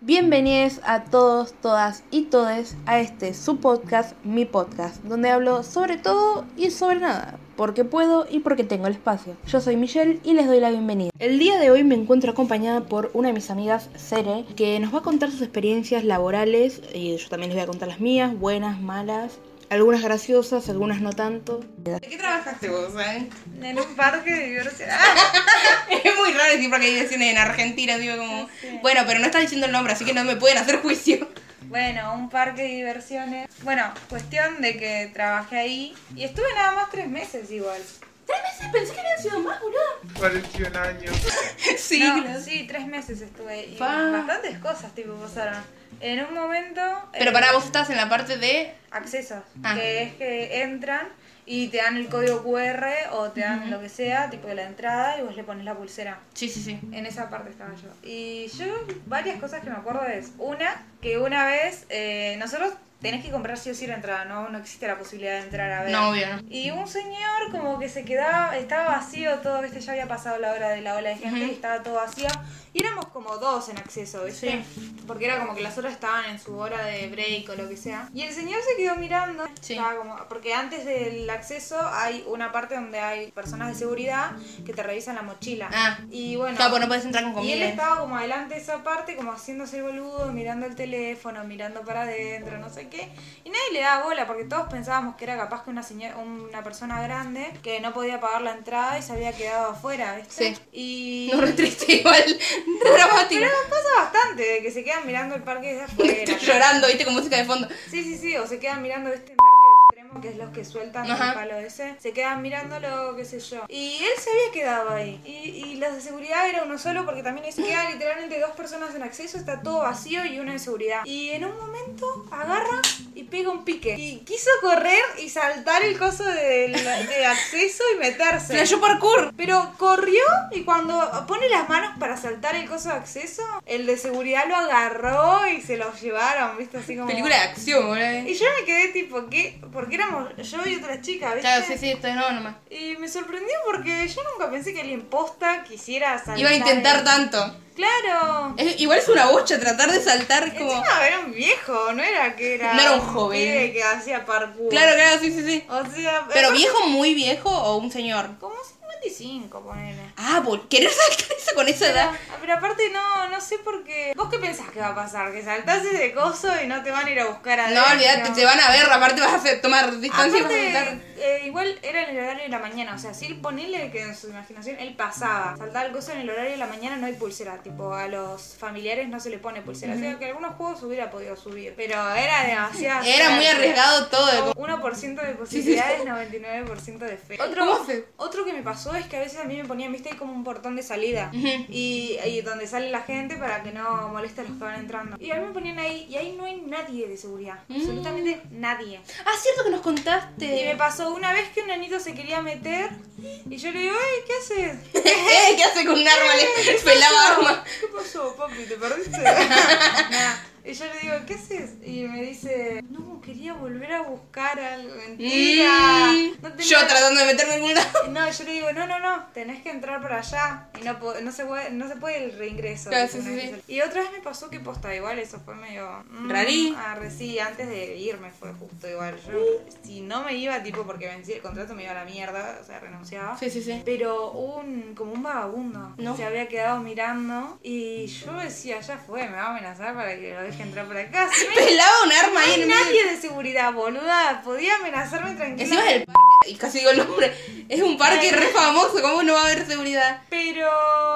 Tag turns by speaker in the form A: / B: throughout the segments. A: Bienvenidos a todos, todas y todes a este su podcast, mi podcast, donde hablo sobre todo y sobre nada, porque puedo y porque tengo el espacio. Yo soy Michelle y les doy la bienvenida. El día de hoy me encuentro acompañada por una de mis amigas, Cere, que nos va a contar sus experiencias laborales, y yo también les voy a contar las mías, buenas, malas, algunas graciosas, algunas no tanto.
B: ¿De qué trabajaste vos, eh?
C: En un parque de diversión. Ah,
B: Es muy raro decir porque hay ediciones en Argentina, digo como...
C: Sí.
B: Bueno, pero no estás diciendo el nombre, así que no me pueden hacer juicio.
C: Bueno, un parque de diversiones. Bueno, cuestión de que trabajé ahí y estuve nada más tres meses igual.
A: Pensé que habían sido más,
D: Pareció un año.
B: Sí,
C: No,
B: claro.
C: sí, tres meses estuve y
B: Pa.
C: bastantes cosas tipo pasaron. En un momento.
B: Pero
C: eh,
B: para vos estás en la parte de...
C: Accesos,
B: Ah.
C: que es que entran y te dan el código QR o te dan lo que sea, tipo de la entrada y vos le pones la pulsera.
B: Sí, sí, sí.
C: En esa parte estaba yo. Y yo, varias cosas que me acuerdo es, una, que una vez eh, nosotros tenés que comprar sí o sí la entrada, no, no existe la posibilidad de entrar a ver.
B: No, obvio, no.
C: Y un señor como que se quedaba, estaba vacío todo, viste, ya había pasado la hora de la ola de gente
B: Ujú.
C: y estaba todo vacío. Y éramos como dos en acceso, viste. Porque era como que las otras estaban en su hora de break o lo que sea. Y el señor se quedó mirando.
B: Sí.
C: Estaba como, porque antes del acceso hay una parte donde hay personas de seguridad que te revisan la mochila.
B: Ah.
C: Y bueno.
B: Claro, pues no puedes entrar con
C: Y él
B: comida.
C: estaba como adelante de esa parte, como haciéndose el boludo, mirando el teléfono, mirando para adentro, no sé qué. Y nadie le daba bola, porque todos pensábamos que era capaz que una señora, una persona grande que no podía pagar la entrada y se había quedado afuera, ¿viste?
B: Sí.
C: Y...
B: No, re triste igual. Re dramático.
C: Pero pasa bastante, de que se quedan mirando el parque desde afuera.
B: Estoy llorando, viste, con música de fondo.
C: Sí, sí, sí, o se quedan mirando este vértigo extremo, que es los que sueltan
B: Ajá.
C: el palo ese. Se quedan mirándolo, qué sé yo. Y él se había quedado ahí. Y, y los de seguridad era uno solo, porque también se quedan literalmente dos personas en acceso, está todo vacío y uno de seguridad. Y en un momento agarra y pega un pique. Y quiso correr y saltar el coso del- de acceso y meterse.
B: Flashó parkour.
C: Pero corrió y cuando pone las manos para saltar el coso de acceso, el de seguridad lo agarró y se lo llevaron, ¿viste? Así como.
B: Película de acción, boludo.
C: Y yo me quedé tipo, ¿qué? Porque éramos yo y otra chica, ¿viste?
B: Claro, sí, sí, esto es no, nomás.
C: Y me sorprendió porque yo nunca pensé que el imposta quisiera saltar.
B: Iba a intentar
C: el-
B: tanto.
C: Claro.
B: Es- igual es una bocha tratar de saltar es como...
C: Encima era un viejo, no era que era.
B: No era un joven.
C: pibe que hacía parkour.
B: Claro, claro, sí, sí, sí.
C: O sea,
B: Pero
C: era
B: viejo, muy viejo o un señor.
C: Como 55, ponele.
B: Ah, por querer saltar eso con esa edad.
C: Ah, Pero aparte no, no sé por qué. ¿Vos qué pensás que va a pasar? Que saltás ese coso y no te van a ir a buscar a
B: No, olvidate, te van a ver, aparte vas a hacer- tomar distancia y vas a saltar.
C: Aparte, eh, igual era en el horario de la mañana, o sea, si él ponele que en su imaginación él pasaba, saltaba el coso en el horario de la mañana no hay pulsera, tipo a los familiares no se le pone pulsera, o sea que algunos juegos hubiera podido subir, pero era demasiado.
B: Era muy arriesgado todo.
C: 1% de posibilidades, 99% de fe. Otro,
B: ¿Cómo hace?
C: otro que me pasó es que a veces a mí me ponían, viste, ahí como un portón de salida.
B: Ujú.
C: y, y donde sale la gente para que no moleste a los que van entrando. Y a mí me ponían ahí, y ahí no hay nadie de seguridad.
B: Mm.
C: Absolutamente nadie.
B: Ah, cierto que nos
C: Y me
B: contaste.
C: pasó una vez que un nenito se quería meter y yo le digo, ¡ay, qué haces!
B: ¿Eh? ¿Qué hace con un arma? Le pelaba arma.
C: ¿Qué pasó, papi? ¿Te perdiste? Nah. Y yo le digo, ¿qué haces? Y me dice, no, quería volver a buscar algo. Mentira.
B: Mm.
C: No tenía-
B: Yo tratando de meterme en algún lado.
C: No, yo le digo, no, no, no, tenés que entrar por allá. Y no, po- no, se, puede, no se puede el reingreso.
B: Claro,
C: tipo,
B: sí, sí,
C: no hay que
B: sí.
C: hacer- Y otra vez me pasó que posta igual, eso fue medio... mm,
B: Rarí. Uh.
C: arre, sí, antes de irme fue justo igual. Yo, si no me iba, tipo, porque vencí el contrato, me iba a la mierda, o sea, renunciaba.
B: Sí, sí, sí.
C: Pero un, como un vagabundo
B: No.
C: se había quedado mirando y yo decía, ya fue, me va a amenazar para que lo deje entrar por acá. Si no hay-
B: Pelaba un arma
C: no
B: ahí en
C: hay
B: el medio.
C: nadie de seguridad, boluda, podía amenazarme tranquilamente.
B: Encima es el parque, y casi digo el nombre, es un parque re famoso, ¿cómo no va a haber seguridad?
C: Pero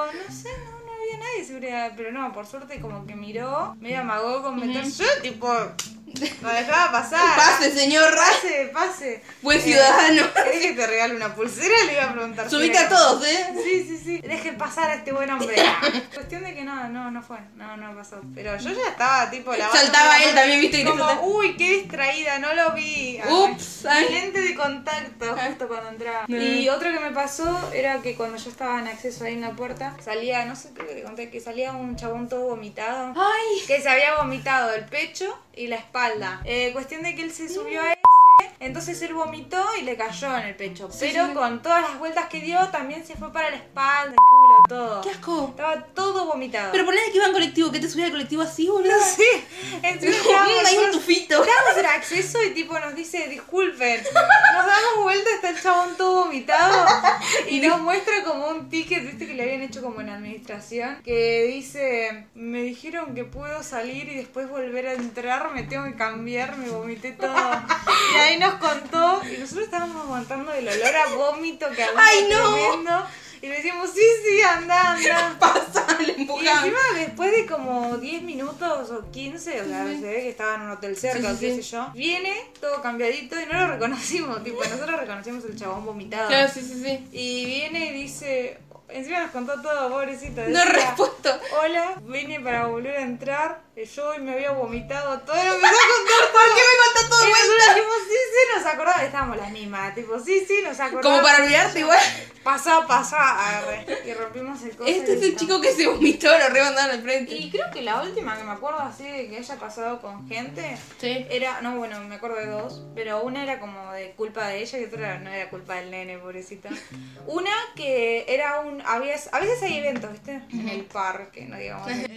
C: no sé, no, no había nadie de seguridad. Pero no, por suerte como que miró, me amagó con meter. Yo tipo, lo dejaba pasar.
B: Pase, señor,
C: pase, pase.
B: buen
C: Eh,
B: ciudadano.
C: ¿Querés que te regale una pulsera? Le iba a preguntar.
B: Subite a
C: todo
B: todos, ¿eh?
C: Sí, sí, sí. Deje pasar a este buen hombre. Cuestión de que no, no, no fue. No, no pasó. Pero yo ya estaba tipo la
B: Saltaba él también, viste, y le
C: Como,
B: saltaba.
C: uy, qué distraída, no lo vi. Ay,
B: Ups, ay.
C: mi Lente de contacto justo cuando entraba.
B: No.
C: Y otro que me pasó era que cuando yo estaba en acceso ahí en la puerta, salía, no sé, creo que te conté, que salía un chabón todo vomitado.
B: Ay,
C: Que se había vomitado el pecho y la espalda. Eh, cuestión de que él se subió a ese Entonces él vomitó y le cayó en el pecho.
B: Sí,
C: Pero
B: sí, sí.
C: con todas las vueltas que dio, también se fue para la espalda, el culo, todo.
B: ¡Qué asco!
C: Estaba todo vomitado.
B: Pero ponele que iba en colectivo, que te subía al colectivo así, boludo.
C: sí, encima estábamos
B: Mm, Hay un
C: nosotros-
B: tufito.
C: Estábamos en acceso y tipo nos dice, disculpen, nos damos vuelta, está el chabón todo vomitado y nos muestra como un ticket, viste que le habían hecho como en administración, que dice, me dijeron que puedo salir y después volver a entrar, me tengo que cambiar, me vomité todo. Y ahí nos contó y nosotros estábamos aguantando el olor a vómito que había
B: ¡Ay, no!
C: tremendo. Y le decíamos, sí, sí, anda, anda.
B: Pasa, le
C: Y
B: empujaban.
C: encima después de como 10 minutos o 15, o sea, se ve que estaba en un hotel cerca,
B: Sí, sí,
C: qué
B: sí.
C: sé yo, viene todo cambiadito y no lo reconocimos, tipo, nosotros reconocimos el chabón vomitado.
B: Claro, sí, sí, sí.
C: Y viene y dice, encima nos contó todo, pobrecito.
B: No
C: decía,
B: respuesto.
C: Hola, vine para volver a entrar, eh, yo hoy me había vomitado todo, lo empezó a contar
B: ¿Por qué me contó todo
C: y
B: vuelta?
C: nosotros dijimos, sí, sí, nos acordamos, estábamos las mismas, tipo, sí, sí, nos acordamos.
B: Como para olvidarte igual.
C: Pasá, pasá, agarré. Y rompimos el coche.
B: Este es el chico que se vomitó, lo remandaron al frente.
C: Y creo que la última que me acuerdo así de que haya pasado con gente
B: Sí.
C: era, no, bueno, me acuerdo de dos, pero una era como de culpa de ella y otra no era culpa del nene, pobrecita. Una que era un, había, a veces hay eventos, ¿viste? En el parque, no digamos. en-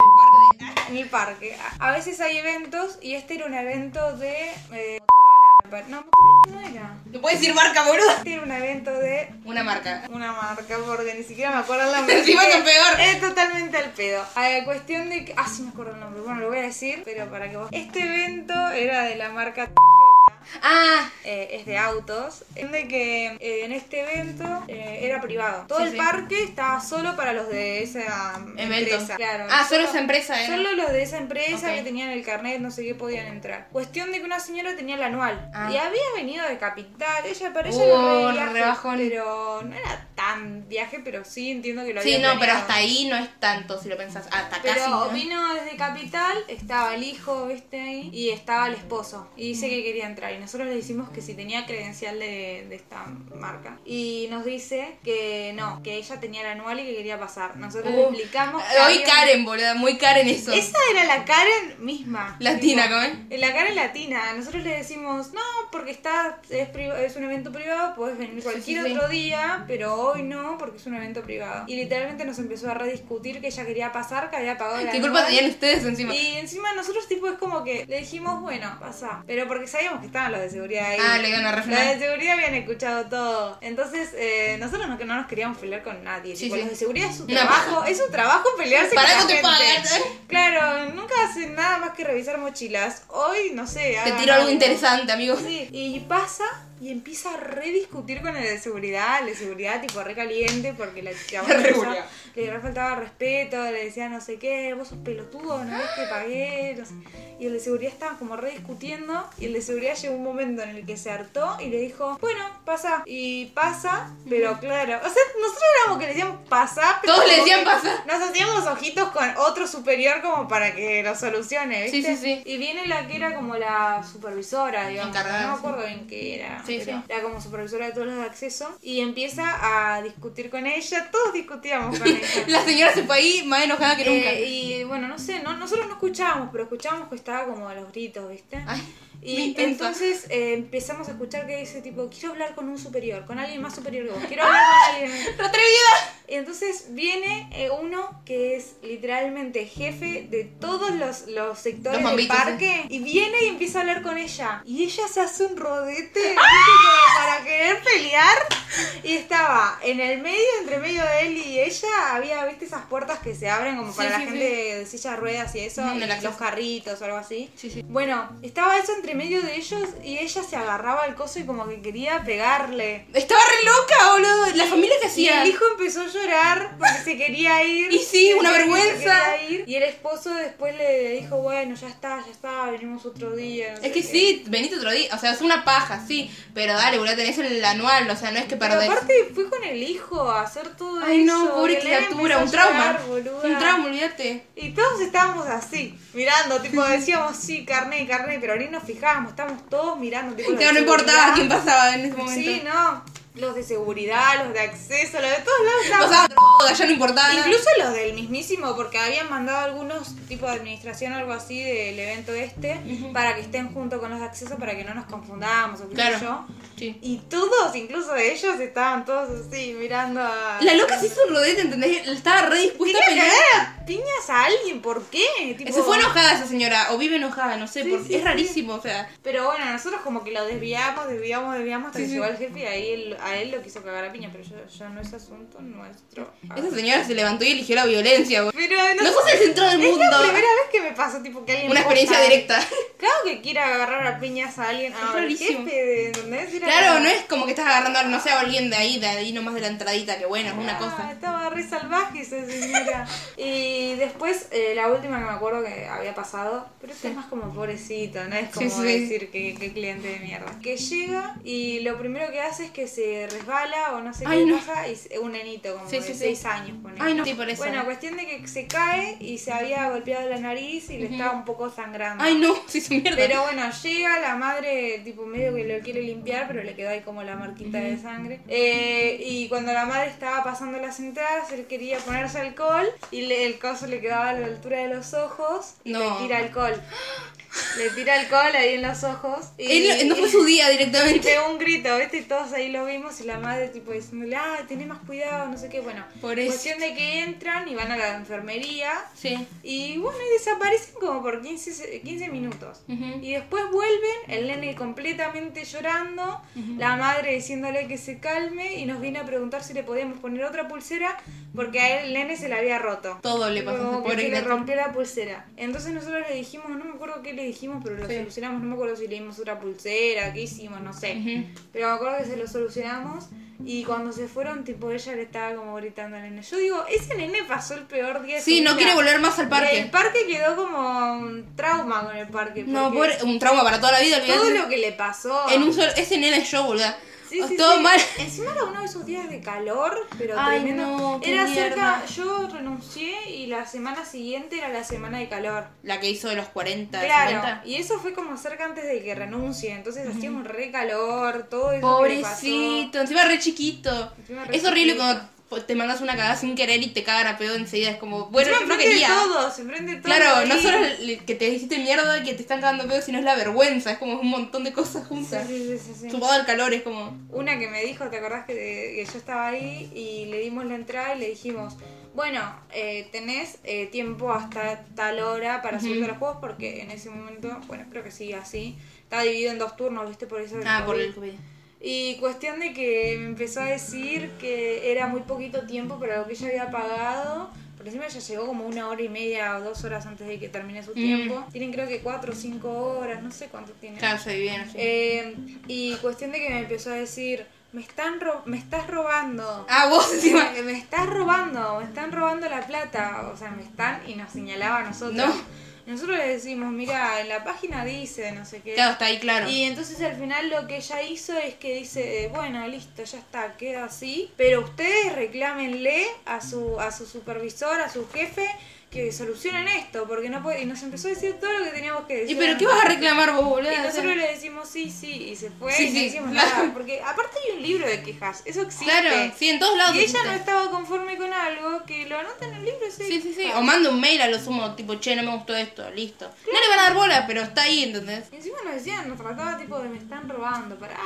B: Ah.
C: En el parque. A a veces hay eventos y este era un evento de eh, Motorola, me pare- No, Motorola no era.
B: No puedes decir marca, boludo.
C: Este era un evento de
B: Una marca.
C: una marca porque ni siquiera me acuerdo el nombre.
B: Encima
C: así
B: que peor.
C: Es totalmente al pedo. A ver, cuestión de que. Ah, sí me acuerdo el nombre. Bueno, lo voy a decir, pero para que vos. Este evento era de la marca Toyota.
B: Ah,
C: eh, es de autos. Cuestión De que eh, en este evento eh, era privado. Todo
B: Sí,
C: el
B: sí.
C: parque estaba solo para los de esa
B: Evento.
C: empresa. Claro,
B: Ah, solo esa empresa era.
C: Solo los de esa empresa
B: Ok.
C: que tenían el carnet, no sé qué podían entrar. Cuestión de que una señora tenía el anual.
B: Ah.
C: Y había venido de capital. Ella para ella
B: Uh,
C: era re viaje,
B: re bajón.
C: Pero no era tan viaje, pero sí entiendo que lo
B: sí,
C: había
B: no, pero hasta ahí no es tanto si lo pensás. Hasta acá
C: Pero
B: sí. ¿no?
C: vino desde Capital, estaba el hijo, viste ahí, y estaba el esposo. Y
B: Mm.
C: dice que quería entrar. Y nosotros le dijimos que si tenía credencial de, de esta marca. Y nos dice que no, que ella tenía el anual y que quería pasar. Nosotros le
B: Uh,
C: explicamos que.
B: Hoy
C: había-
B: Karen, boludo, muy Karen eso.
C: Esa era la Karen misma.
B: Latina,
C: Tipo,
B: ¿cómo
C: La Karen latina. Nosotros le decimos, no, porque está, es, pri- es un evento privado, puedes venir cualquier
B: sí, sí.
C: otro día, pero hoy no, porque es un evento privado. Y literalmente nos empezó a rediscutir que ella quería pasar, que había pagado
B: es?
C: la
B: ¿Qué culpa
C: anual.
B: tenían ustedes encima?
C: Y encima nosotros tipo es como que le dijimos, bueno, pasa. Pero porque sabíamos que estaban los de seguridad ahí.
B: Ah, lo iban a
C: Los de
B: refrenar.
C: seguridad habían escuchado todo. Entonces, eh, nosotros no, no nos queríamos pelear con nadie.
B: Sí,
C: tipo,
B: sí.
C: Los de seguridad es su
B: Una
C: trabajo. Es su trabajo pelearse
B: Para
C: con
B: que
C: la
B: te
C: gente.
B: pagan. ¿eh?
C: Claro, nunca hacen nada más que revisar mochilas. Hoy, "Ah, no sé.
B: Te
C: hagan
B: tiro algo interesante, amigo.
C: Sí, y pasa y empieza a rediscutir con el de seguridad, el de seguridad tipo re caliente porque la chica
B: La seguridad.
C: le re faltaba respeto, le decía no sé qué, vos sos pelotudo, no ves que pagué, no sé. y el de seguridad estaba como rediscutiendo y el de seguridad llegó un momento en el que se hartó y le dijo, bueno, pasa, y pasa, pero claro, o sea, nosotros éramos que le decíamos pasa, pero
B: Todos le
C: como
B: decían
C: que
B: pasa.
C: nos hacíamos ojitos con otro superior como para que lo solucione,
B: Sí,
C: ¿viste?
B: sí, sí.
C: Y viene la que era como la supervisora, digamos.
B: Encargada,
C: no me
B: sí.
C: acuerdo bien qué era.
B: Sí,
C: pero
B: sí.
C: Era como supervisora de todos los de acceso. Y empieza a discutir con ella. Todos discutíamos con ella.
B: La señora se fue ahí más enojada que nunca.
C: Eh, y bueno, no sé, no, nosotros no escuchábamos, pero escuchábamos que estaba como a los gritos, ¿viste?
B: Ay, mi
C: Y
B: intensa.
C: entonces eh, empezamos a escuchar que dice tipo, quiero hablar con un superior, con alguien más superior que vos, quiero hablar con alguien.
B: ¡la atrevida!
C: Y entonces viene eh, uno que es literalmente jefe de todos los, los sectores
B: Los
C: del
B: mambitos,
C: parque. Y viene y empieza a hablar con ella. Y ella se hace un rodete ¿viste? como para querer pelear. Y estaba en el medio, entre medio de él y ella, había, viste, esas puertas que se abren como
B: Sí, sí,
C: para la gente de silla de ruedas y eso,
B: Ujú,
C: y
B: del
C: los
B: acceso.
C: carritos o algo así.
B: Sí, sí.
C: Bueno, estaba eso entre medio de ellos y ella se agarraba al coso y como que quería pegarle.
B: Estaba re loca, boludo. La familia que
C: Y
B: hacía.
C: el hijo empezó a llorar porque se quería ir.
B: Y sí, una
C: Se quería- se
B: vergüenza.
C: quería ir. Y el esposo después le dijo, bueno, ya está, ya está, venimos otro día. no sé
B: Es que
C: qué.
B: sí, venite otro día. O sea, es una paja, sí. Pero dale, boludo, tenés el anual. O sea, no es que
C: Pero
B: perdés.
C: aparte fui con el hijo a hacer todo eso.
B: Ay, no,
C: y
B: pobre
C: el nene
B: criatura. Un
C: empezó a
B: trauma.
C: llorar, boluda.
B: un trauma, olvídate.
C: Y todos estábamos así, mirando, tipo decíamos, sí, carne, carne, pero ni nos fijábamos, estábamos todos mirando. Tipo, los
B: Claro, no
C: de
B: importaba
C: seguridad.
B: quién pasaba en ese momento.
C: Sí, no. Los de seguridad, los de acceso, los de todos lados estaban-
B: Pasaban drogas, ya no importaba. nada.
C: Incluso los del mismísimo, porque habían mandado algunos tipo de administración o algo así del evento este, para que estén junto con los de acceso, para que no nos confundamos o qué sé
B: Claro.
C: yo.
B: Sí.
C: Y todos, incluso ellos, estaban todos así, mirando a...
B: La loca se hizo un rodete, ¿entendés? Estaba re dispuesta a
C: Quería
B: pelear.
C: cagar a piñas a alguien, ¿por qué? Tipo-
B: Se fue enojada esa señora, o vive enojada, no sé,
C: Sí,
B: porque
C: sí,
B: es
C: sí.
B: rarísimo, o sea.
C: Pero bueno, nosotros como que lo desviamos, desviamos, desviamos hasta
B: Sí,
C: que
B: sí.
C: llegó el jefe y ahí él, a él lo quiso cagar a piña, pero yo, yo no es asunto nuestro.
B: Esa señora se levantó y eligió la violencia, güey.
C: Pero
B: No sos el centro del
C: Es la
B: mundo.
C: primera vez que me pasa, tipo, que alguien...
B: Una
C: posta-
B: experiencia directa.
C: Claro que quiera agarrar a piñas a alguien. Ah, el
B: rarísimo.
C: jefe, de- ¿entendés? Era
B: Claro,
C: como-
B: no es como que estás agarrando, no sé, a alguien de ahí, de ahí nomás de la entradita, que bueno, es una
C: Ah,
B: cosa.
C: Estaba re salvaje esa señora. y después, eh, la última que me acuerdo que había pasado, pero esto es más como pobrecito, no es como
B: Sí, sí.
C: decir que, que cliente de mierda. Que llega y lo primero que hace es que se resbala o no sé
B: Ay,
C: qué
B: no.
C: pasa y se- un nenito como
B: Sí,
C: de
B: sí, sí.
C: 6 años. ponele.
B: Ay, no, sí, por eso.
C: Bueno, cuestión de que se cae y se había golpeado la nariz y le
B: Ujú.
C: estaba un poco sangrando.
B: Ay, no, se hizo mierda.
C: Pero bueno, llega la madre, tipo medio que lo quiere limpiar, pero le queda ahí como la marquita de sangre. Eh, y cuando la madre estaba pasando las entradas, él quería ponerse alcohol y le- el coso le quedaba a la altura de los ojos y
B: No.
C: le tira alcohol. Le tira alcohol ahí en los ojos. Y,
B: Él no fue su día
C: y
B: directamente.
C: pegó un grito, ¿viste? Y todos ahí lo vimos y la madre tipo diciéndole, ah, tenés más cuidado, no sé qué. Bueno,
B: Por eso.
C: cuestión de que entran y van a la enfermería
B: Sí.
C: y bueno, y desaparecen como por 15, se- 15 minutos.
B: Ujú.
C: Y después vuelven, el nene completamente llorando, la madre diciéndole que se calme y nos viene a preguntar si le podíamos poner otra pulsera porque a él el nene se la había roto.
B: Todo le pasó a esa
C: Como que
B: pobre
C: se le
B: criatura.
C: rompió la pulsera. Entonces nosotros le dijimos, no me acuerdo qué le dijimos, pero lo
B: Sí.
C: solucionamos, no me acuerdo si le dimos otra pulsera, qué hicimos, no sé.
B: Ujú.
C: Pero me acuerdo que se lo solucionamos y cuando se fueron, tipo ella le estaba como gritando al nene. Yo digo, ese nene pasó el peor día de
B: Sí,
C: su
B: no
C: vida".
B: quiere volver más al
C: El
B: parque.
C: parque quedó como un trauma con el parque.
B: No,
C: porque
B: pobre, un trauma para toda la vida,
C: Todo
B: olvidate.
C: lo que le pasó.
B: En un solo, ese nene es yo, boluda. Ah,
C: Sí, sí,
B: todo
C: sí.
B: mal.
C: Encima era uno de esos días de calor, pero
B: Ay,
C: tremendo.
B: no, qué
C: era
B: mierda.
C: cerca, yo renuncié y la semana siguiente era la semana de calor.
B: La que hizo de los 40,
C: Claro,
B: 50.
C: y eso fue como cerca antes de que renuncie, entonces hacía un re calor, todo eso que le pasó.
B: Pobrecito, encima re chiquito.
C: Encima re
B: es horrible
C: chiquito.
B: cuando po- te mandas una cagada sin querer y te cagan a pedo enseguida. Es como, bueno,
C: Encima
B: yo no
C: enfrente de
B: quería.
C: todos, enfrente de todos.
B: Claro,
C: ahí.
B: no solo el- el que te hiciste mierda y que te están cagando pedo, sino es la vergüenza. Es como un montón de cosas
C: Sí,
B: juntas.
C: sí, sí, sí, sí.
B: Sumado al calor, es como.
C: Una que me dijo, ¿te acordás que, que yo estaba ahí y le dimos la entrada y le dijimos, bueno, eh, tenés eh, tiempo hasta tal hora para subirte a los juegos porque en ese momento, bueno, creo que sigue así, estaba dividido en dos turnos, ¿viste? Por eso... del
B: Ah, por
C: COVID.
B: el COVID.
C: Y cuestión de que me empezó a decir que era muy poquito tiempo para lo que ella había pagado. Por encima ella llegó como una hora y media o dos horas antes de que termine
B: Mm.
C: su tiempo. Tienen creo que cuatro o cinco horas, no sé cuánto tienen.
B: Claro, se vivía en
C: Eh, y cuestión de que me empezó a decir, me están ro- me estás robando.
B: Ah, vos encima.
C: Me estás robando, me están robando la plata. O sea, me están y nos señalaba a nosotros.
B: No.
C: Nosotros le decimos, mira, en la página dice, no sé qué.
B: Claro, está ahí, claro.
C: eh, Y entonces al final lo que ella hizo es que dice, eh, bueno, listo, ya está, queda así, pero ustedes reclámenle a su, a su supervisor, a su jefe, que solucionen esto, porque no puede... Y nos empezó a decir todo lo que teníamos que
B: ¿Y
C: decir.
B: pero qué vas a reclamar vos, boludo?
C: Y nosotros le decimos sí, sí, y se fue
B: Sí,
C: y no
B: sí,
C: hicimos
B: claro.
C: nada, porque aparte hay un libro de quejas, eso existe.
B: Claro, sí, en todos lados.
C: Y ella no
B: existe.
C: estaba conforme con algo, que lo anota en el libro, sí.
B: Sí, sí, sí. O manda un mail a lo sumo, tipo, che, no me gustó esto, listo. No le van a dar bola, pero está ahí, ¿entendés?
C: Y encima nos decían, nos trataba tipo de me están robando, pará.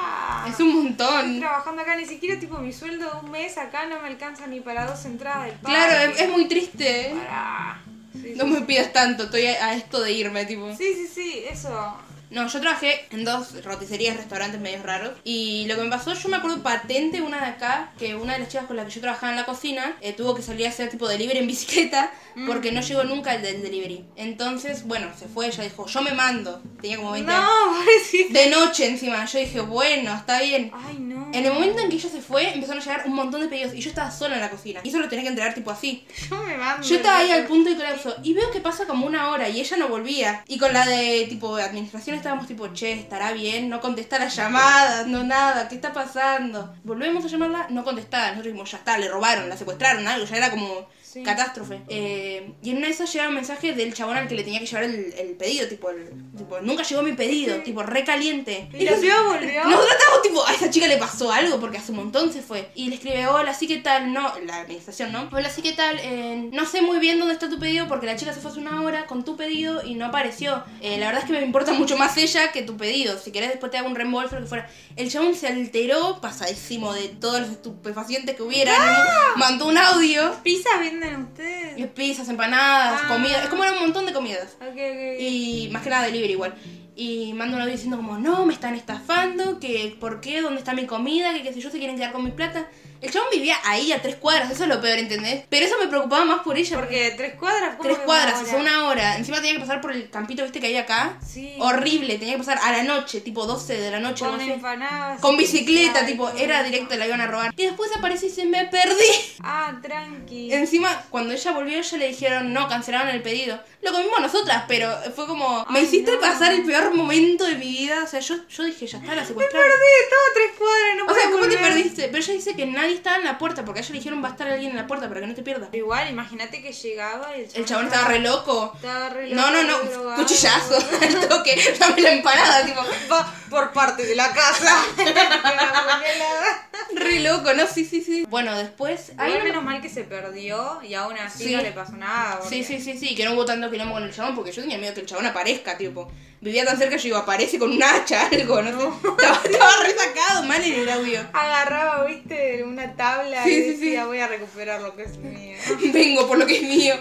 B: Es un
C: Estoy
B: montón.
C: trabajando acá, ni siquiera tipo mi sueldo de un mes acá no me alcanza ni para dos entradas del parque.
B: Claro, es, es muy triste. ¿eh?
C: Pará. Sí,
B: No
C: sí,
B: me pidas tanto, estoy a, a esto de irme, tipo.
C: sí, sí, sí, eso.
B: No, yo trabajé en dos roticerías, restaurantes medios raros. Y lo que me pasó, yo me acuerdo patente una de acá, que una de las chicas con la que yo trabajaba en la cocina eh, tuvo que salir a hacer tipo delivery en bicicleta porque no llegó nunca el del delivery. Entonces, bueno, se fue, ella dijo, yo me mando. Tenía como 20 años.
C: No, pobrecito.
B: De noche encima. Yo dije, bueno, está bien.
C: Ay, no.
B: En el momento en que ella se fue, empezaron a llegar un montón de pedidos y yo estaba sola en la cocina. Y eso lo tenía que entregar tipo así.
C: Yo me mando.
B: Yo estaba ahí al punto de colapso y veo que pasa como una hora y ella no volvía. Y con la de tipo de administración estábamos tipo, che, estará bien, no contesta las llamadas, no nada, ¿qué está pasando? Volvemos a llamarla, no contestaba. Nosotros dijimos, ya está, le robaron, la secuestraron, algo, ya era como
C: Sí.
B: Catástrofe. Eh, y en una de esas llega un mensaje del chabón al que le tenía que llevar el, el pedido, tipo, el- tipo, nunca llegó mi pedido, tipo, recaliente.
C: Y la ciudad volvió.
B: Nosotros estábamos tipo, a esa chica le pasó algo porque hace un montón se fue. Y le escribe, hola, sí, ¿qué tal? No, la administración, ¿no? Hola, sí, ¿qué tal? Eh, no sé muy bien dónde está tu pedido porque la chica se fue hace una hora con tu pedido y no apareció. Eh, la verdad es que me importa mucho más ella que tu pedido. Si querés después te hago un reembolso o lo que fuera. El chabón se alteró, pasadísimo de todos los estupefacientes que hubieran. Mandó un audio.
C: ¿Pizza venden ustedes?
B: eh, Pizzas, empanadas,
C: Ah.
B: comida. Es como era un montón de comidas.
C: Ok, ok.
B: Y más que nada delivery igual. Y mando un audio diciendo como, no, me están estafando, que por qué, dónde está mi comida, que qué sé yo, se quieren quedar con mi plata. El chabón vivía ahí a tres cuadras, eso es lo peor, ¿entendés? Pero eso me preocupaba más por ella. Porque
C: Porque tres cuadras, ¿cómo
B: tres
C: que
B: cuadras,
C: hora?
B: hace una hora. Encima tenía que pasar por el campito, viste, que hay acá.
C: Sí.
B: Horrible, tenía que pasar a la noche, tipo 12 de la noche.
C: Con
B: no sé.
C: empanadas.
B: Con bicicleta,
C: Ay,
B: tipo,
C: qué
B: era
C: rico.
B: directo, la iban a robar. Y después aparece y se me perdí.
C: Ah, tranqui.
B: Encima, cuando ella volvió, ya le dijeron no, cancelaron el pedido. Lo comimos nosotras, pero fue como. Me
C: Ay,
B: hiciste
C: no.
B: pasar el peor momento de mi vida. O sea, yo, yo dije, ya está, la secuestraron.
C: Sí, todo a tres cuadras, no
B: O sea,
C: puedo
B: ¿cómo te
C: volver.
B: perdiste? Pero ella dice que nadie estaba en la puerta, porque a ella le dijeron va a estar alguien en la puerta para que no te pierdas.
C: Pero igual, imagínate que llegaba y el chabón,
B: El chabón estaba re loco.
C: estaba re
B: No, no,
C: loco,
B: no,
C: drogado.
B: cuchillazo, al toque, dame la empanada, tipo,
C: Va por parte de la casa. Que la abuela-
B: re loco, no, sí, sí, sí. Bueno, después, ahí
C: Igual
B: no-
C: menos mal que se perdió y aún así
B: Sí.
C: no le pasó nada. porque-
B: Sí, sí, sí, sí, que no hubo tanto quilombo con el chabón porque yo tenía miedo que el chabón aparezca, tipo. Vivía tan cerca, yo digo, aparece con un hacha, algo, no, sé. Estaba, estaba re sacado mal en el audio.
C: Agarraba, viste, una tabla
B: Sí,
C: y
B: sí, sí.
C: decía, voy a recuperar lo que es mío.
B: Vengo por lo que es mío.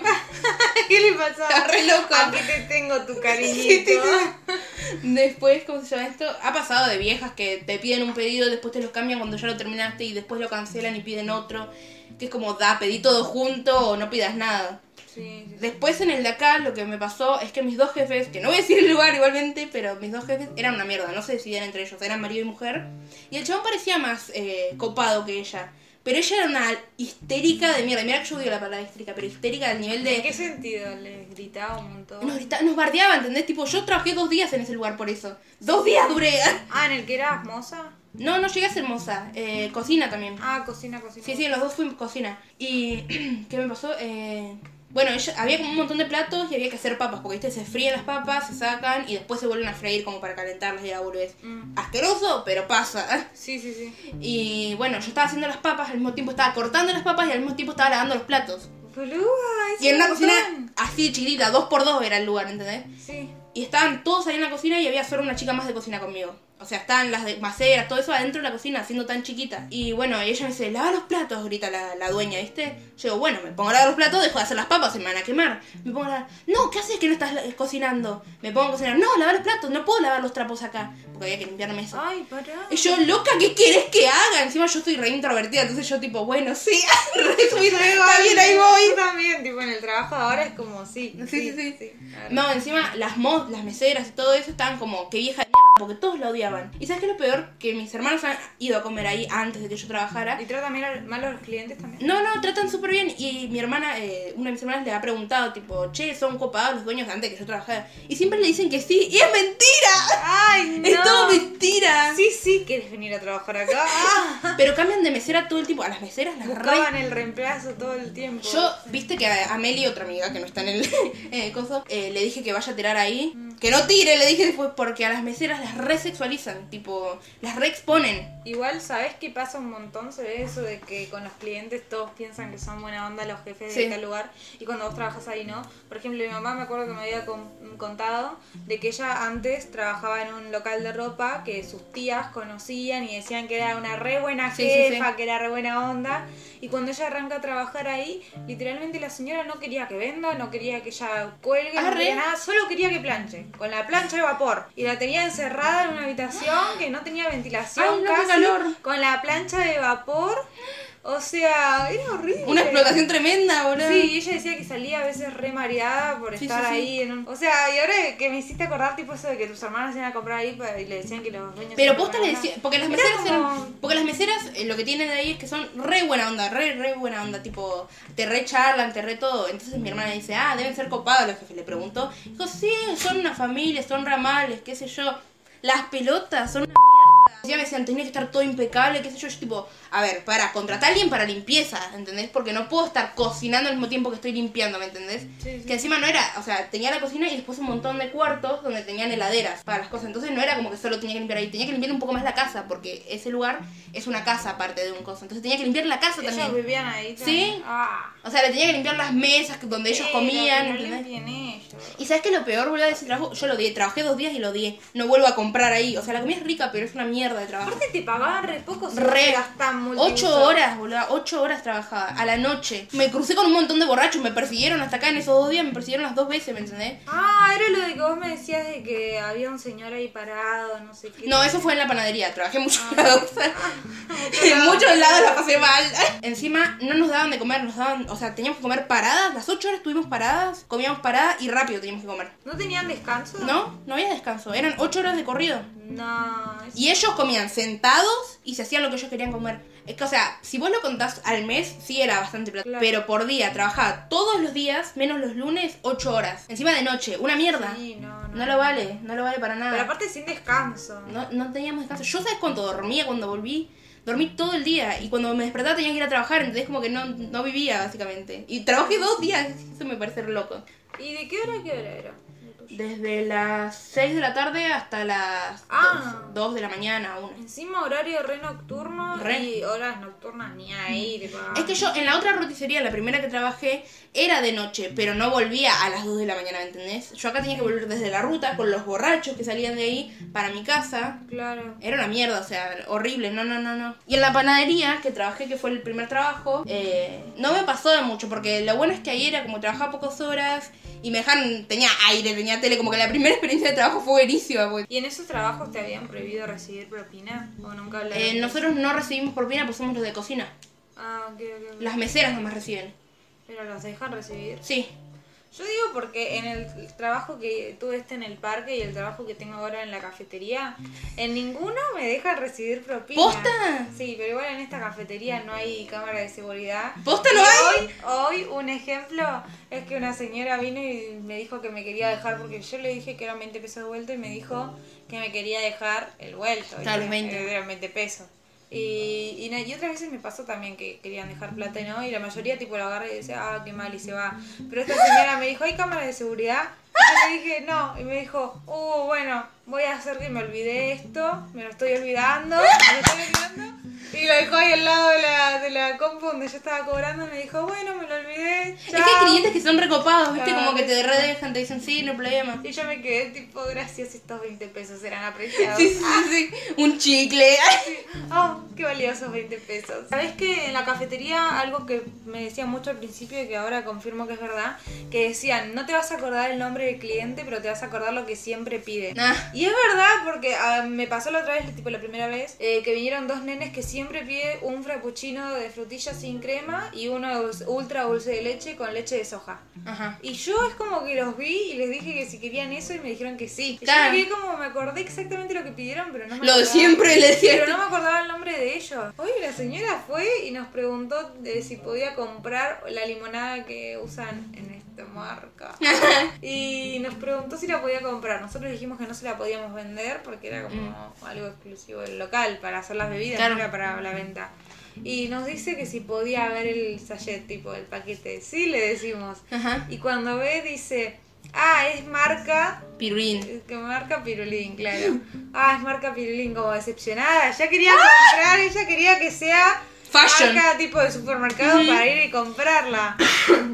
C: ¿Qué le
B: Estaba
C: pasaba?
B: re loca.
C: Aquí te tengo tu
B: Sí, sí,
C: cariñito.
B: sí. Después, ¿cómo se llama esto? Ha pasado de viejas que te piden un pedido, después te lo cambian cuando ya lo terminaste y después lo cancelan y piden otro. Que es como, da, pedí todo junto o no pidas nada.
C: Sí, sí, sí.
B: Después en el de acá lo que me pasó es que mis dos jefes, que no voy a decir el lugar igualmente, pero mis dos jefes eran una mierda, no se decidían entre ellos, eran marido y mujer. Y el chabón parecía más eh, copado que ella. Pero ella era una histérica de mierda. Mira que yo odio la palabra histérica, pero histérica al nivel
C: ¿En
B: de...
C: qué sentido? Les gritaba un montón.
B: Nos, grita- nos bardeaba, ¿entendés? Tipo, yo trabajé dos días en ese lugar por eso. Dos días duré.
C: Ah, en el que eras moza.
B: No, no llegué a ser moza. Eh, cocina también.
C: Ah, cocina, cocina.
B: Sí, sí, los dos fuimos cocina. ¿Y qué me pasó? Eh, bueno, ella- había como un montón de platos y había que hacer papas, porque ¿viste? se fríen las papas, se sacan y después se vuelven a freír como para calentarlas y la boludez.
C: Mm.
B: Asqueroso, pero pasa.
C: Sí, sí, sí.
B: Y bueno, yo estaba haciendo las papas, al mismo tiempo estaba cortando las papas y al mismo tiempo estaba lavando los platos.
C: Boluda, es
B: Y en
C: un
B: una cocina
C: montón.
B: así de chiquitita, dos por dos era el lugar, ¿entendés?
C: Sí.
B: Y estaban todos ahí en la cocina y había solo una chica más de cocina conmigo. O sea, estaban las de maceras, todo eso adentro de la cocina, siendo tan chiquita. Y bueno, y ella me dice, lava los platos, grita la, la dueña, ¿viste? Yo digo, bueno, me pongo a lavar los platos, dejo de hacer las papas, se me van a quemar. Me pongo a lavar, no, ¿qué haces que no estás la- cocinando? Me pongo a cocinar, no, lavar los platos, no puedo lavar los trapos acá, porque había que limpiarme eso.
C: Ay, pará.
B: Y yo, loca, ¿qué querés que haga? Encima yo estoy re introvertida, entonces yo tipo, bueno, sí, resumí, está bien, ahí voy.
C: Yo también, tipo, en el trabajo ahora es como sí.
B: Sí, sí, sí.
C: A ver.
B: No, encima las mo- las meseras y todo eso estaban como que vieja de mierda, porque todos la odiaban. ¿Y sabes qué es lo peor? Que mis hermanos han ido a comer ahí antes de que yo trabajara.
C: ¿Y trata mal a- mal a los clientes también?
B: No, no, tratan súper bien. Y mi hermana, eh, una de mis hermanas le ha preguntado, tipo, che, ¿son copados los dueños de antes de que yo trabajara? Y siempre le dicen que sí. ¡Y es mentira!
C: ¡Ay, no!
B: ¡Es todo mentira!
C: Sí, sí, quieres venir a trabajar acá. Ah,
B: Pero cambian de mesera todo el tiempo. A las meseras las re
C: Buscaban el reemplazo todo el tiempo.
B: Yo, viste que a a Meli, otra amiga que no está en el, en el coso, eh, le dije que vaya a tirar ahí. Que no tire, le dije después, porque a las meseras las resexualizan, tipo, las reexponen.
C: Igual, ¿sabes qué pasa un montón? Se ve eso de que con los clientes todos piensan que son buena onda los jefes
B: Sí.
C: de tal lugar y cuando vos trabajas ahí no. Por ejemplo, mi mamá me acuerdo que me había con- contado de que ella antes trabajaba en un local de ropa que sus tías conocían y decían que era una re buena
B: Sí, sí,
C: jefa,
B: sí.
C: que era re buena onda. Y cuando ella arranca a trabajar ahí, literalmente la señora no quería que venda, no quería que ella cuelgue, no
B: Arre.
C: quería nada, solo quería que planche, con la plancha de vapor. Y la tenía encerrada en una habitación que no tenía ventilación
B: Ay, no, qué
C: casi
B: calor.
C: con la plancha de vapor. O sea, era horrible.
B: Una explotación tremenda, boludo.
C: Sí, y ella decía que salía a veces re mareada por
B: Sí,
C: estar
B: sí, sí.
C: ahí en un... O sea, y ahora que me hiciste acordar tipo eso de que tus hermanas iban a comprar ahí pa- y le decían que los dueños...
B: Pero
C: eran
B: posta le
C: buena
B: decía, porque las
C: Era
B: meseras eran,
C: como-
B: porque las meseras eh, lo que tienen de ahí es que son re buena onda, re re buena onda, tipo, te re charlan, te re todo. Entonces mi hermana dice, ah, deben ser copados los jefes, le preguntó. Dijo, sí, son una familia, son ramales, qué sé yo. Las pelotas son una mierda. Ya me decían, tenía que estar todo impecable, qué sé yo. Yo, tipo, a ver, para, contratar a alguien para limpieza, ¿entendés? Porque no puedo estar cocinando al mismo tiempo que estoy limpiando, ¿me entendés?
C: Sí, sí.
B: Que encima no era, o sea, tenía la cocina y después un montón de cuartos donde tenían heladeras para las cosas. Entonces no era como que solo tenía que limpiar ahí, tenía que limpiar un poco más la casa, porque ese lugar es una casa aparte de un coso. Entonces tenía que limpiar la casa
C: Ellos
B: también.
C: vivían ahí
B: Sí.
C: también. Ah.
B: O sea, le tenía que limpiar las mesas que- donde ellos
C: Pero
B: comían,
C: que No
B: ¿entendés?
C: limpien ellos.
B: Y sabes que lo peor, boludo, de ese trabajo, yo lo odié, trabajé dos días y lo odié. No vuelvo a comprar ahí. O sea, la comida es rica, pero es una mierda de trabajo.
C: Aparte te pagaban re poco, si
B: Re.
C: te gastaban mucho.
B: Ocho horas, boludo, ocho horas trabajaba, a la noche. Me crucé con un montón de borrachos, me persiguieron hasta acá en esos dos días, me persiguieron las dos veces, ¿me entendés?
C: Ah, era lo de que vos me decías de que había un señor ahí parado, no sé qué.
B: No, eso fue en la panadería, trabajé mucho en la dosa. En muchos lados la pasé mal. Encima no nos daban de comer, nos daban, o sea, teníamos que comer paradas, las ocho horas estuvimos paradas, comíamos paradas y rápido teníamos que comer.
C: ¿No tenían descanso?
B: No, no había descanso, eran ocho horas de corrido.
C: No. es-
B: Y ellos comían sentados y se hacían lo que ellos querían comer. Es que, o sea, si vos lo contás al mes, sí era bastante plata.
C: Claro.
B: Pero por día, trabajaba todos los días, menos los lunes, 8 horas. Encima de noche, una mierda.
C: Sí, no, no.
B: No lo vale, no lo vale para nada.
C: Pero aparte sin descanso.
B: No, no teníamos descanso. Yo sabes cuánto dormía cuando volví. Dormí todo el día y cuando me despertaba tenía que ir a trabajar, entonces como que no, no vivía básicamente. Y trabajé dos días, eso me parece re loco.
C: ¿Y de qué hora a qué hora era?
B: Desde las 6 de la tarde hasta las
C: Ah.
B: 2, de la mañana, 1.
C: Encima horario re nocturno
B: Re.
C: y horas nocturnas ni ahí ah, te pagaban.
B: Es que yo en la otra roticería, la primera que trabajé, era de noche, pero no volvía a las 2 de la mañana, ¿me entendés? Yo acá tenía que volver desde la ruta con los borrachos que salían de ahí para mi casa.
C: Claro.
B: Era una mierda, o sea, horrible, no, no, no, no. Y en la panadería, que trabajé, que fue el primer trabajo, eh, no me pasó de mucho, porque lo bueno es que ahí era como trabajaba pocas horas y me dejaron, tenía aire, tenía tele, como que la primera experiencia de trabajo fue buenísima. pues. porque,
C: ¿Y en esos trabajos te habían prohibido recibir propina? ¿O nunca hablaron?
B: eh, nosotros no recibimos propina, pues somos los de cocina.
C: Ah, ok, ok, ok.
B: Las meseras nomás reciben.
C: Pero los dejan recibir.
B: Sí,
C: Yo digo porque en el trabajo que tuve este en el parque y el trabajo que tengo ahora en la cafetería, en ninguno me dejan recibir propina.
B: ¿Posta?
C: Sí, pero igual en esta cafetería no hay cámara de seguridad.
B: ¿Posta no
C: Y
B: hay?
C: Hoy, hoy un ejemplo es que una señora vino y me dijo que me quería dejar porque yo le dije que eran 20 pesos de vuelto y me dijo que me quería dejar el vuelto.
B: Claro,
C: Y
B: los 20.
C: Eran 20 pesos. Y, y, na- y otras veces me pasó también que querían dejar plata, ¿no? Y la mayoría tipo lo agarra y dice, ah, qué mal, y se va. Pero esta señora me dijo, ¿hay cámara de seguridad? Y yo le dije, no. Y me dijo, uh, bueno, voy a hacer que me olvidé esto, me lo estoy olvidando, me lo estoy olvidando. Y lo dejó ahí al lado de la, de la compu donde yo estaba cobrando, me dijo, bueno, me lo olvidé,
B: Es que hay
C: chao".
B: clientes que son recopados, viste,
C: Chao.
B: como que te redejan, te dicen sí, no hay problema.
C: Y yo me quedé tipo, gracias, estos 20 pesos eran apreciados.
B: Sí, sí, sí, sí. Un chicle.
C: Oh, qué valiosos 20 pesos. Sabes que en la cafetería algo que me decía mucho al principio y que ahora confirmo que es verdad, que decían, no te vas a acordar el nombre del cliente, pero te vas a acordar lo que siempre pide.
B: Ah.
C: Y es verdad porque ah, me pasó la otra vez, tipo la primera vez, eh, que vinieron dos nenes que siempre pide un frappuccino de frutilla sin crema y uno dulce- ultra dulce de leche con leche de soja.
B: Ajá.
C: Y yo es como que los vi y les dije que si querían eso y me dijeron que sí. Y
B: Claro.
C: Yo me quedé como, me acordé exactamente lo que pidieron, pero no
B: Lo
C: me
B: de
C: acordaba.
B: siempre le decía.
C: Pero no me acordaba el nombre de ellos. Hoy la señora fue y nos preguntó de si podía comprar la limonada que usan en esta marca. y nos preguntó si la podía comprar. Nosotros dijimos que no se la podíamos vender porque era como algo exclusivo del local para hacer las bebidas,
B: Claro.
C: no era para la venta. Y nos dice que si podía ver el sachet, tipo el paquete. Sí, le decimos.
B: Ajá.
C: Y cuando ve, dice, ah, es marca
B: Piruín.
C: es Que marca Pirulín, claro. Ah, es marca Pirulín, como decepcionada. Ya quería comprar, ella quería que sea
B: ¡Ah! Fashion.
C: marca tipo de supermercado para ir y comprarla.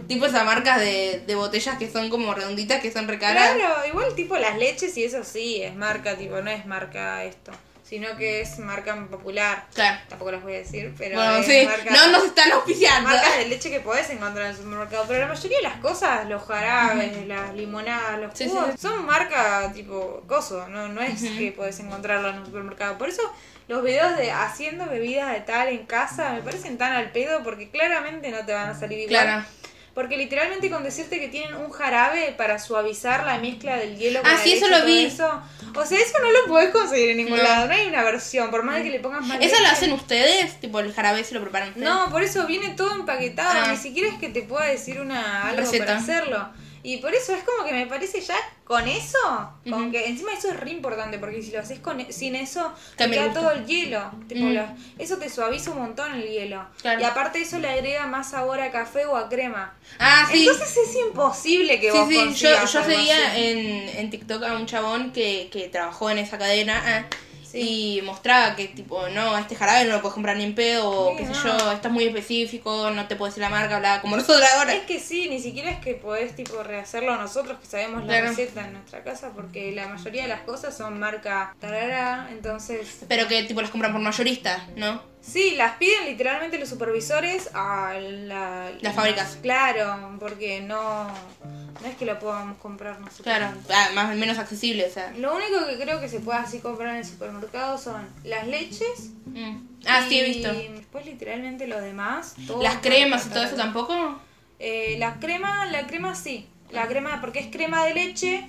B: Tipo esas marcas de, de botellas que son como redonditas, que son recaras.
C: Claro, igual tipo las leches y eso sí, es marca, tipo, no es marca esto, sino que es marca popular.
B: Claro.
C: Tampoco las voy a decir, pero
B: Bueno,
C: es
B: sí.
C: marca...
B: No nos están auspiciando.
C: Marcas de leche que podés encontrar en el supermercado, pero la mayoría de las cosas, los jarabes, las limonadas, los
B: Sí, sí,
C: jugos,
B: sí.
C: son marca tipo coso, no, no es que podés encontrarlo en el supermercado. Por eso los videos de haciendo bebidas de tal en casa me parecen tan al pedo porque claramente no te van a salir igual.
B: Claro.
C: Porque literalmente con decirte que tienen un jarabe para suavizar la mezcla del hielo con
B: Ah,
C: la
B: sí, eso
C: leche y
B: lo
C: todo
B: vi.
C: eso, o sea, eso no lo podés conseguir en ningún
B: No.
C: lado, no hay una versión, por más de que le pongas más
B: ¿Eso lo
C: leche.
B: hacen ustedes? Tipo el jarabe se lo preparan ustedes.
C: No, por eso viene todo empaquetado,
B: Ah.
C: ni siquiera es que te pueda decir una algo
B: Receta.
C: para hacerlo. Y por eso es como que me parece ya con eso, con
B: Ujú.
C: que encima eso es re importante, porque si lo haces con, e, sin eso, te
B: También
C: queda
B: gusta.
C: todo el hielo. tipo,
B: Mm.
C: lo- eso te suaviza un montón el hielo.
B: Claro.
C: Y aparte eso le agrega más sabor a café o a crema.
B: Ah, sí.
C: Entonces es imposible que
B: Sí,
C: vos
B: sí, yo,
C: consigas
B: yo
C: algo
B: seguía
C: así.
B: en, en TikTok a un chabón que, que trabajó en esa cadena ah,
C: Sí.
B: y mostraba que, tipo, no, este jarabe no lo puedes comprar ni en pedo, o
C: Sí,
B: qué sé
C: no.
B: yo, estás muy específico, no te puedes decir la marca, bla, como nosotros ahora.
C: Es que sí, ni siquiera es que podés tipo rehacerlo nosotros que sabemos la
B: Claro.
C: receta en nuestra casa, porque la mayoría de las cosas son marca tarara, entonces
B: Pero que, tipo, las compran por mayorista, ¿no?
C: sí, las piden literalmente los supervisores a la-
B: Las fábricas.
C: Claro, porque no, no es que lo podamos comprar nosotros.
B: Claro, ah, más menos accesible, o sea.
C: Lo único que creo que se puede así comprar en el supermercado son las leches.
B: Mm. Ah, sí, he
C: y
B: visto.
C: Después literalmente lo demás. todo
B: Las
C: es
B: cremas y
C: marca
B: todo eso
C: Tarara.
B: tampoco.
C: Eh, la crema, la crema sí. La crema, porque es crema de leche,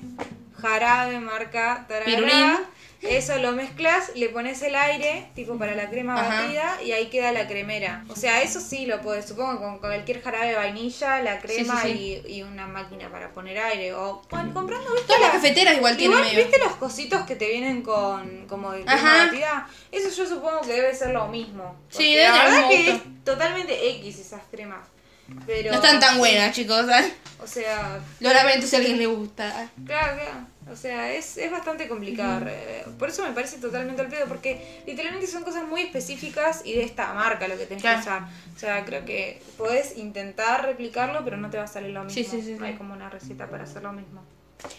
C: jarabe, marca,
B: Pirulín.
C: tarará. Eso lo mezclas, le pones el aire, tipo para la crema
B: Ajá.
C: batida, y ahí queda la cremera. O sea, eso sí lo puedes, supongo, con cualquier jarabe de vainilla, la crema
B: sí,
C: Y, y una máquina para poner aire. O bueno, comprando, ¿viste?
B: Todas las
C: la-
B: cafeteras igual tienen
C: Igual,
B: medio.
C: ¿viste los cositos que te vienen con como de crema
B: Ajá.
C: batida? Eso yo supongo que debe ser lo mismo.
B: Sí,
C: Porque
B: debe
C: La
B: tener
C: verdad
B: el
C: que es
B: gusto.
C: totalmente X esas cremas. Pero,
B: No están tan buenas, chicos. ¿eh?
C: O sea,
B: Lo lamento si a alguien le gusta.
C: claro, claro. O sea, es, es bastante complicado. eh, Por eso me parece totalmente al pedo, porque literalmente son cosas muy específicas y de esta marca lo que tenés
B: Claro.
C: que usar. O sea, creo que podés intentar replicarlo, pero no te va a salir lo mismo.
B: Sí, sí, sí,
C: no
B: sí.
C: hay como una receta para hacer lo mismo.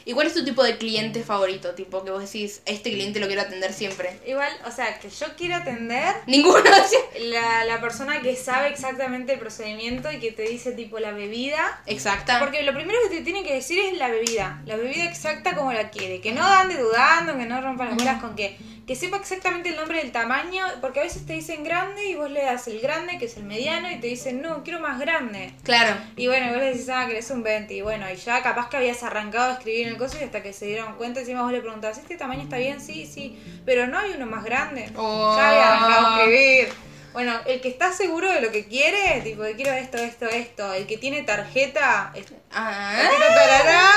B: ¿Y cuál es tu tipo de cliente favorito? Tipo, que vos decís, este cliente lo quiero atender siempre.
C: Igual, o sea, que yo quiero atender
B: Ninguno. ¿sí?
C: la, la persona que sabe exactamente el procedimiento y que te dice tipo la bebida.
B: Exacta.
C: Porque lo primero que te tiene que decir es la bebida, la bebida exacta como la quiere, que no ande dudando, que no rompa las bolas con que, que sepa exactamente el nombre del tamaño, porque a veces te dicen grande y vos le das el grande, que es el mediano, y te dicen, no, quiero más grande.
B: Claro.
C: Y bueno, vos le decís, ah, querés un 20, y bueno, y ya capaz que habías arrancado a escribir en el coso y hasta que se dieron cuenta, encima vos le preguntás, ¿este tamaño está bien? Sí, sí, pero no hay uno más grande.
B: Oh.
C: Ya había arrancado a escribir. Bueno, el que está seguro de lo que quiere, tipo, quiero esto, esto, esto, el que tiene tarjeta, es-
B: Ah,
C: tarjeta tarará,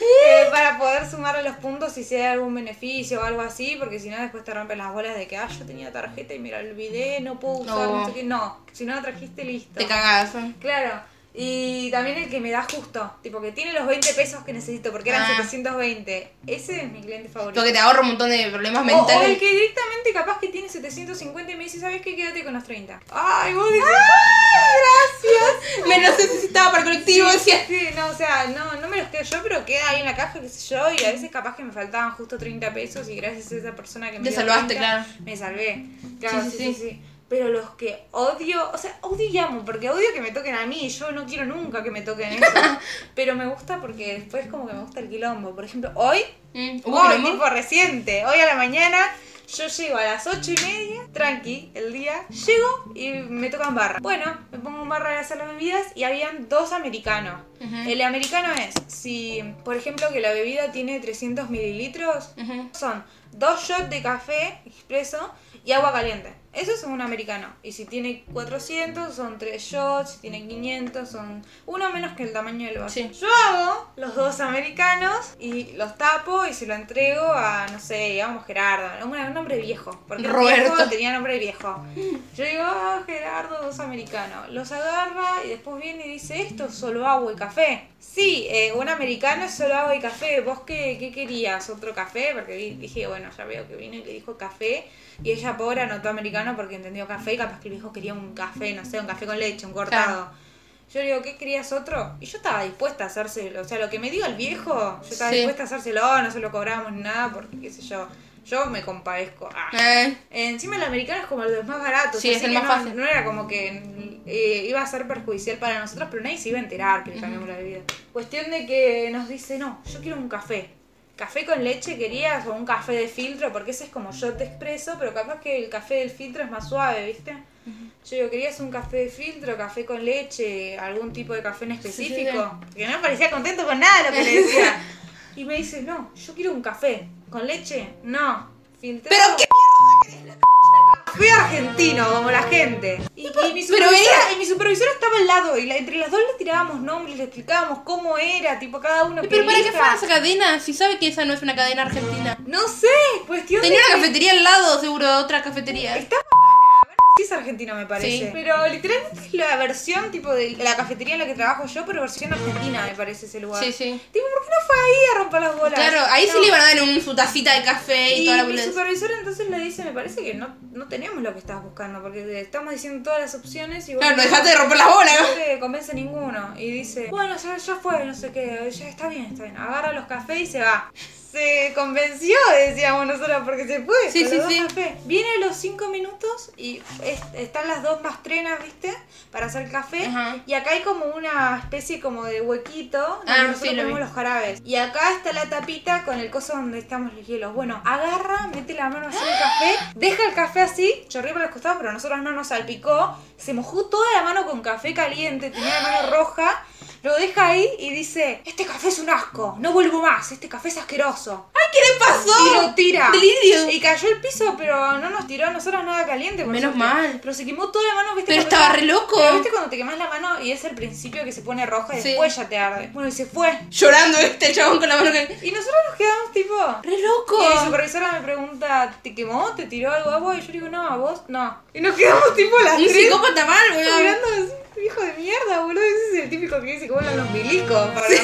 C: eh, para poder sumar a los puntos si sea algún beneficio o algo así, porque si no después te rompen las bolas de que, ah, yo tenía tarjeta y me la olvidé, no puedo usar, no,
B: No.
C: sé qué. No, si no la trajiste, listo.
B: te cagás. ¿eh?
C: Claro. Y también el que me da justo, tipo que tiene los 20 pesos que necesito, porque eran
B: Ah.
C: 720. Ese es mi cliente favorito.
B: Porque te ahorra un montón de problemas
C: O, o Oh, el
B: mentales.
C: que directamente capaz que tiene 750 y me dice, ¿sabes qué? Quédate con los 30. Ay, vos decís,
B: Ah,
C: "Ah, gracias.
B: Me los necesitaba para el colectivo. decía.
C: Sí, no, o sea, no, no me los quedo yo, pero queda ahí en la caja, qué sé yo, y a veces capaz que me faltaban justo 30 pesos y gracias a esa persona que me
B: Te
C: dio
B: salvaste,
C: 30,
B: claro.
C: Me salvé. Claro, sí
B: Sí, sí,
C: sí, sí, Pero los que odio, o sea, odio y amo, porque odio que me toquen a mí, yo no quiero nunca que me toquen eso. pero me gusta porque después como que me gusta el quilombo. Por ejemplo, hoy
B: Mm, ¿Hubo
C: Hoy,
B: quilombo?
C: tipo reciente, hoy a la mañana, yo llego a las 8 y media, tranqui, el día, llego y me tocan barra. Bueno, me pongo en barra a hacer las bebidas y habían dos americanos.
B: Ujú.
C: El americano es, si por ejemplo que la bebida tiene 300 mililitros,
B: Ujú.
C: son dos shots de café expreso y agua caliente. Eso es un americano. Y si tiene 400, son tres shots. Si tiene 500, son uno menos que el tamaño del vaso.
B: Sí.
C: Yo hago los dos americanos y los tapo y se lo entrego a, no sé, digamos Gerardo. Un, un nombre viejo. Porque el
B: Roberto.
C: viejo tenía nombre de viejo. Yo digo, ah, Gerardo, dos americanos. Los agarra y después viene y dice, esto es solo agua y café. Sí, eh, un americano es solo agua y café. ¿Vos qué, qué querías? ¿Otro café? Porque vi- dije, bueno, ya veo que vino y le dijo café. Y ella pobre anotó americano porque entendió café y capaz que el viejo quería un café, no sé, un café con leche, un cortado. Yo le digo, ¿qué querías otro? Y yo estaba dispuesta a hacérselo. O sea, lo que me diga el viejo, yo estaba
B: Sí.
C: dispuesta a hacérselo, "Oh, no se lo cobramos ni nada, porque qué sé yo. Yo me compadezco. Ah.
B: Eh,
C: Encima el americano es como el más barato.
B: Sí,
C: o sea,
B: es
C: así
B: el
C: que
B: más
C: no,
B: fácil.
C: no era como que eh, iba a ser perjudicial para nosotros, pero nadie se iba a enterar que le cambiamos la bebida. Cuestión de que nos dice, no, yo quiero un café. ¿Café con leche querías o un café de filtro? Porque ese es como yo te expreso, pero capaz que el café del filtro es más suave, ¿viste? Yo digo, ¿querías un café de filtro, café con leche, algún tipo de café en
B: sí,
C: específico? Porque no parecía contento con nada de lo que le decía. Y me dice, no, yo quiero un café. ¿Con leche? No. ¿Filtrado?
B: ¿Pero qué
C: Fui argentino, como la gente. Y, y mi,
B: Pero
C: supervisora, y mi supervisora estaba al lados. Y la- entre las dos le tirábamos nombres, le explicábamos cómo era, tipo cada uno.
B: Pero ¿para qué
C: piola.
B: fue esa cadena? Si sabe que esa no es una cadena argentina.
C: No sé, cuestión
B: Tenía
C: de.
B: una
C: que-
B: cafetería al lado, seguro, otra cafetería.
C: Está Habana, Habana sí es argentino, me parece.
B: Sí.
C: Pero literalmente es la versión, tipo, de la cafetería en la que trabajo yo, pero versión argentina, me parece ese lugar.
B: Sí, sí.
C: Tipo, ¿por qué no fue ahí a romper las bolas?
B: Claro, ahí
C: No.
B: sí le iban a dar un, su tacita de café y,
C: Y
B: toda la
C: mi
B: boludez.
C: supervisor entonces le dice, me parece que no, no tenemos lo que estás buscando, porque te estamos diciendo todas las opciones y vos
B: Claro, no dejaste de romper las bolas.
C: no te convence ninguno. Y dice, bueno, ya, ya fue, no sé qué, ya está bien, está bien. Agarra los cafés y se va. Se convenció, decíamos nosotros, porque se fue.
B: Sí,
C: con
B: sí,
C: los dos
B: sí.
C: cafés. Viene a los cinco minutos y es- están las dos más trenas, ¿viste? Para hacer café.
B: Ajá.
C: Y acá hay como una especie como de huequito donde
B: Ah, sí,
C: nosotros
B: lo
C: ponemos
B: vi.
C: los jarabes. Y acá está la tapita con el coso donde estamos los hielos. Bueno, agarra, mete la mano así en el café, deja el café así, chorreó para los costados, pero a nosotros no nos salpicó. Se mojó toda la mano con café caliente, tenía la mano roja. Lo deja ahí y dice, este café es un asco, no vuelvo más, este café es asqueroso.
B: ¡Ay, qué le pasó!
C: Y lo tira.
B: ¡Delirio!
C: Y cayó el piso, pero no nos tiró a nosotros nada caliente. por
B: Menos
C: suerte.
B: mal.
C: Pero se quemó toda la mano, ¿viste?
B: Pero
C: Cuando
B: estaba
C: te-
B: re loco.
C: Pero viste cuando te quemas la mano y es el principio que se pone roja y
B: Sí.
C: después ya te arde. Bueno, y se fue.
B: Llorando este chabón con la mano que...
C: Y nosotros nos quedamos tipo.
B: ¡Re
C: Y mi
B: loco!
C: supervisora me pregunta, ¿te quemó? ¿Te tiró algo a vos? Y yo digo, no, a vos no. Y nos quedamos tipo las
B: Un
C: tres
B: psicópata mal, weón.
C: mirando así, hijo de mierda, boludo. Ese es el típico que dice que vuelan los milicos para mí.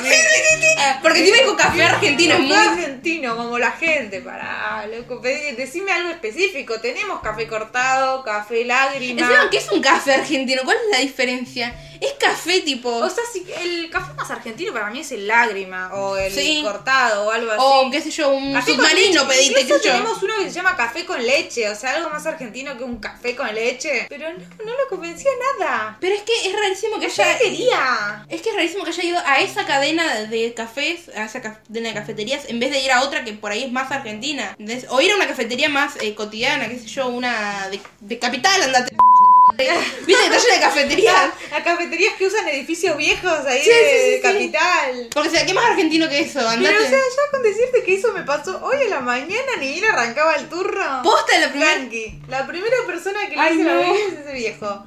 B: Ah, Porque encima dijo café argentino, es
C: Café
B: muy...
C: argentino, como la gente, pará, loco. pedí- Decime algo específico. Tenemos café cortado, café lágrima.
B: Encima, ¿qué es un café argentino? ¿Cuál es la diferencia? Es café tipo...
C: O sea, si el café más argentino para mí es el lágrima o el
B: Sí.
C: cortado o algo así.
B: O, qué sé yo, un
C: Café con
B: submarino
C: leche.
B: pediste, qué
C: Incluso
B: sé yo.
C: tenemos uno que se llama café con leche, o sea, algo más argentino que un café con leche. Pero no, no lo convencía nada.
B: Pero es que es rarísimo que
C: Yo
B: haya...
C: quería.
B: Es que es rarísimo que haya ido a esa cadena de cafés, a esa cadena de cafeterías, en vez de ir a otra que por ahí es más argentina. ¿entendés? O ir a una cafetería más eh, cotidiana, qué sé yo, una de, de capital, andate. ¿Viste que taller de cafetería?
C: Las cafeterías que usan edificios viejos ahí
B: Sí,
C: de,
B: sí, sí,
C: de
B: sí.
C: capital.
B: Porque, o sea, ¿qué más argentino que eso? Andate.
C: Pero o sea, ya con decirte que eso me pasó hoy en la mañana, ni bien arrancaba el turno.
B: Posta la primera.
C: Tranqui. La primera persona que le
B: Ay,
C: hice
B: no.
C: la vez es ese viejo.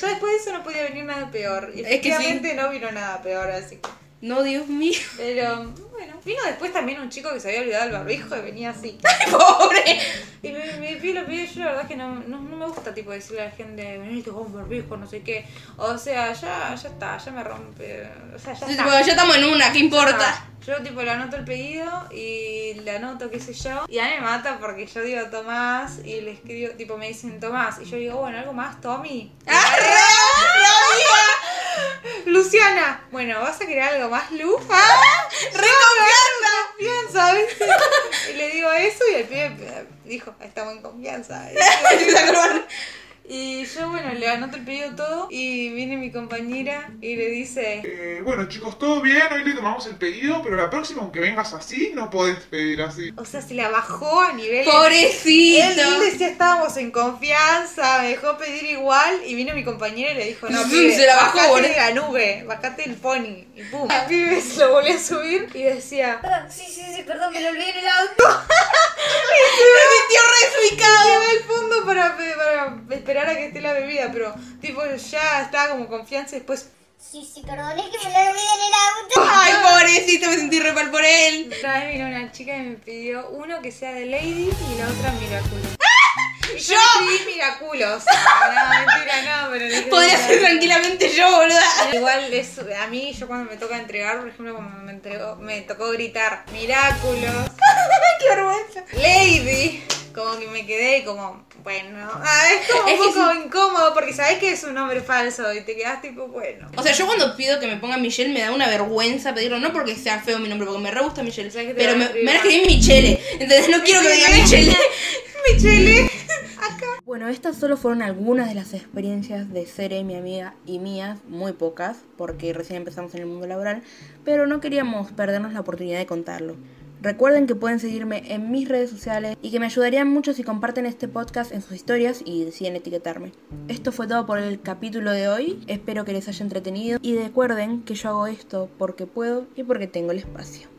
C: Ya después de eso no podía venir nada peor. Y
B: Es que sí.
C: efectivamente no vino nada peor, así que.
B: No, Dios mío.
C: Pero bueno, vino después también un chico que se había olvidado el barbijo y venía así.
B: Pobre.
C: Y me, me pidió, lo pidió, yo la verdad es que no, no, no me gusta tipo decirle a la gente, venís con un barbijo, no sé qué. O sea, ya, ya está, ya me rompe. O sea, ya
B: Sí,
C: está.
B: tipo, ya estamos en una, ¿qué importa?
C: Ah, Yo tipo le anoto el pedido y le anoto qué sé yo. Y a mí me mata porque yo digo Tomás y le escribo, tipo me dicen Tomás. Y yo digo, bueno, algo más, Tommy.
B: Ah,
C: Luciana, bueno, ¿vas a querer algo más, Lu? ¡Ah! ¡Reconfianza! ¿viste? Y le digo eso y el pibe eh, dijo, estamos en confianza. Y yo, bueno, le anoto el pedido todo y viene mi compañera y le dice,
D: Eh, bueno chicos, todo bien, hoy le tomamos el pedido, pero la próxima, aunque vengas así, no podés pedir así.
C: o sea, se la bajó a nivel... Él, él
B: Pobrecito.
C: decía estábamos en confianza, me dejó pedir igual y vino mi compañera y le dijo, no,
B: Sí,
C: pibe,
B: se la bajó,
C: bajate
B: boludo.
C: de la nube, bajate el pony y pum. El pibe se lo volvió a subir y decía,
E: Perdón, sí, sí, sí, perdón, me lo olvidé en el auto.
C: Se va al fondo para, pe- para esperar a que esté la bebida, pero tipo ya estaba como confianza y después
E: Sí, sí, perdón, es que me lo olvidé en el auto.
B: Ay, pobrecito, me sentí re mal por él.
C: otra vez vino una chica y me pidió uno que sea de Lady y la otra Miraculo. Y yo pedí Miraculo, o sea, no, mentira, no, pero le dije
B: Podría ser
C: Miraculo.
B: tranquilamente yo, boluda.
C: Igual es, a mí, yo cuando me toca entregar, por ejemplo, cuando me, entregó- me tocó gritar Miraculos,
B: Qué vergüenza.
C: Lady, como que me quedé como, bueno, ah, es como
B: Es que
C: un poco incómodo porque sabes que es un nombre falso y te quedas tipo, bueno.
B: O sea, yo cuando pido que me ponga Michelle me da una vergüenza pedirlo, no porque sea feo mi nombre, porque me re gusta Michelle,
C: ¿Sabes que te
B: pero
C: van
B: me,
C: a escribir
B: me van a
C: mal?
B: escribir Michelle, entonces no quiero que me diga Michelle.
C: Michele.
A: Bueno, estas solo fueron algunas de las experiencias de Cere, mi amiga y mías, muy pocas, porque recién empezamos en el mundo laboral, pero no queríamos perdernos la oportunidad de contarlo. Recuerden que pueden seguirme en mis redes sociales y que me ayudarían mucho si comparten este podcast en sus historias y deciden etiquetarme. Esto fue todo por el capítulo de hoy, espero que les haya entretenido y recuerden que yo hago esto porque puedo y porque tengo el espacio.